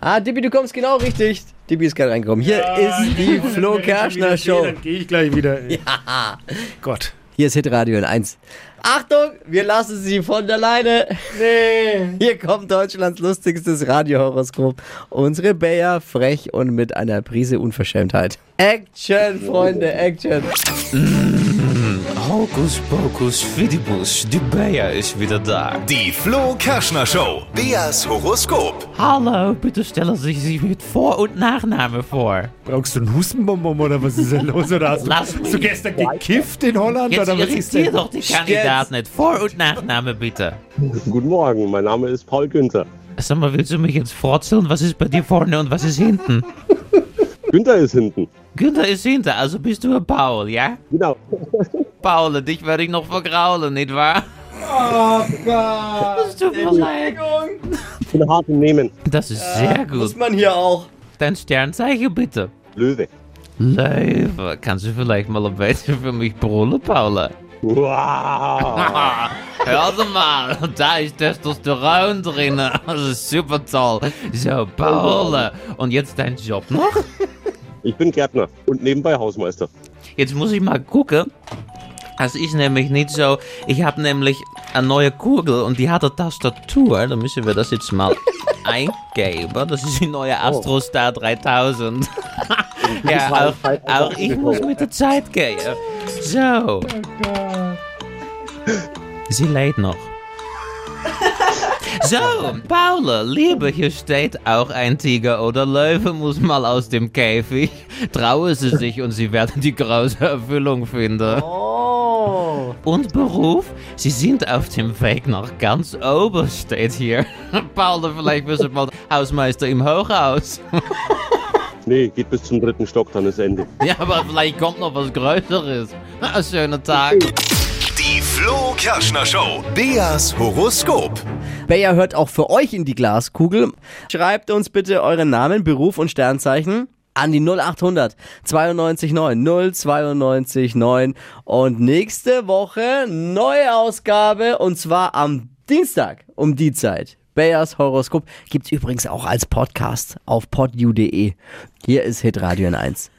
Ah, Dippi, du kommst genau richtig. Dippi ist gerade reingekommen. Hier ist die Flo Kerschner Show. Dann gehe ich gleich wieder. Gott. Hier ist Hitradio in 1. Achtung, wir lassen sie von der Leine. Nee. Hier kommt Deutschlands lustigstes Radiohoroskop. Unsere Bayer frech und mit einer Prise Unverschämtheit. Action, Freunde, Action. Hokus Pokus Fidibus, die Bayer ist wieder da. Die Flo Kerschner Show. Beas Horoskop. Hallo, bitte stellen Sie sich mit Vor- und Nachname vor. Brauchst du einen Hustenbonbon oder was ist denn los? Oder hast du, Lass mich. hast du gestern gekifft in Holland? Jetzt oder was ist irritier denn? doch die Kandidaten nicht. Vor- und Nachname bitte. Guten Morgen, mein Name ist Paul Günther. Sag mal, willst du mich jetzt fortzeln? Was ist bei dir vorne und was ist hinten? Günther ist hinten. Günther ist hinter, also bist du ein Paul, ja? Genau. Paul, dich werde ich noch vergraulen, nicht wahr? Oh Gott. Das tut mir leid. Ich bin hart im Nehmen. Das ist sehr Muss gut. man hier auch. Dein Sternzeichen bitte. Löwe. Löwe, kannst du vielleicht mal ein bisschen für mich brüllen, Paula? Wow. Ah, Hör sie mal, da ist Testosteron drin. Das ist super toll. So, Paula, und jetzt dein Job noch? Ich bin Gärtner und nebenbei Hausmeister. Jetzt muss ich mal gucken. Das ist nämlich nicht so. Ich habe nämlich eine neue Kugel und die hat eine Tastatur. Da müssen wir das jetzt mal eingeben. Das ist die neue Astrostar 3000. ja, auch, auch ich muss mit der Zeit gehen. So. Sie lädt noch. So, Paula, Liebe, hier steht auch ein Tiger oder Löwe muss mal aus dem Käfig. Traue sie sich und sie werden die große Erfüllung finden. Oh. Und Beruf? Sie sind auf dem Weg nach ganz oben, steht hier. Paula, vielleicht wirst du mal Hausmeister im Hochhaus. Nee, geht bis zum dritten Stock, dann ist Ende. ja, aber vielleicht kommt noch was Größeres. Schönen Tag. Die Flo Kerschner Show. Beas Horoskop. Bayer hört auch für euch in die Glaskugel. Schreibt uns bitte euren Namen, Beruf und Sternzeichen an die 0800 92 9 092 9 und nächste Woche neue Ausgabe und zwar am Dienstag um die Zeit. Bayers Horoskop gibt's übrigens auch als Podcast auf podu.de. Hier ist Hitradio in 1.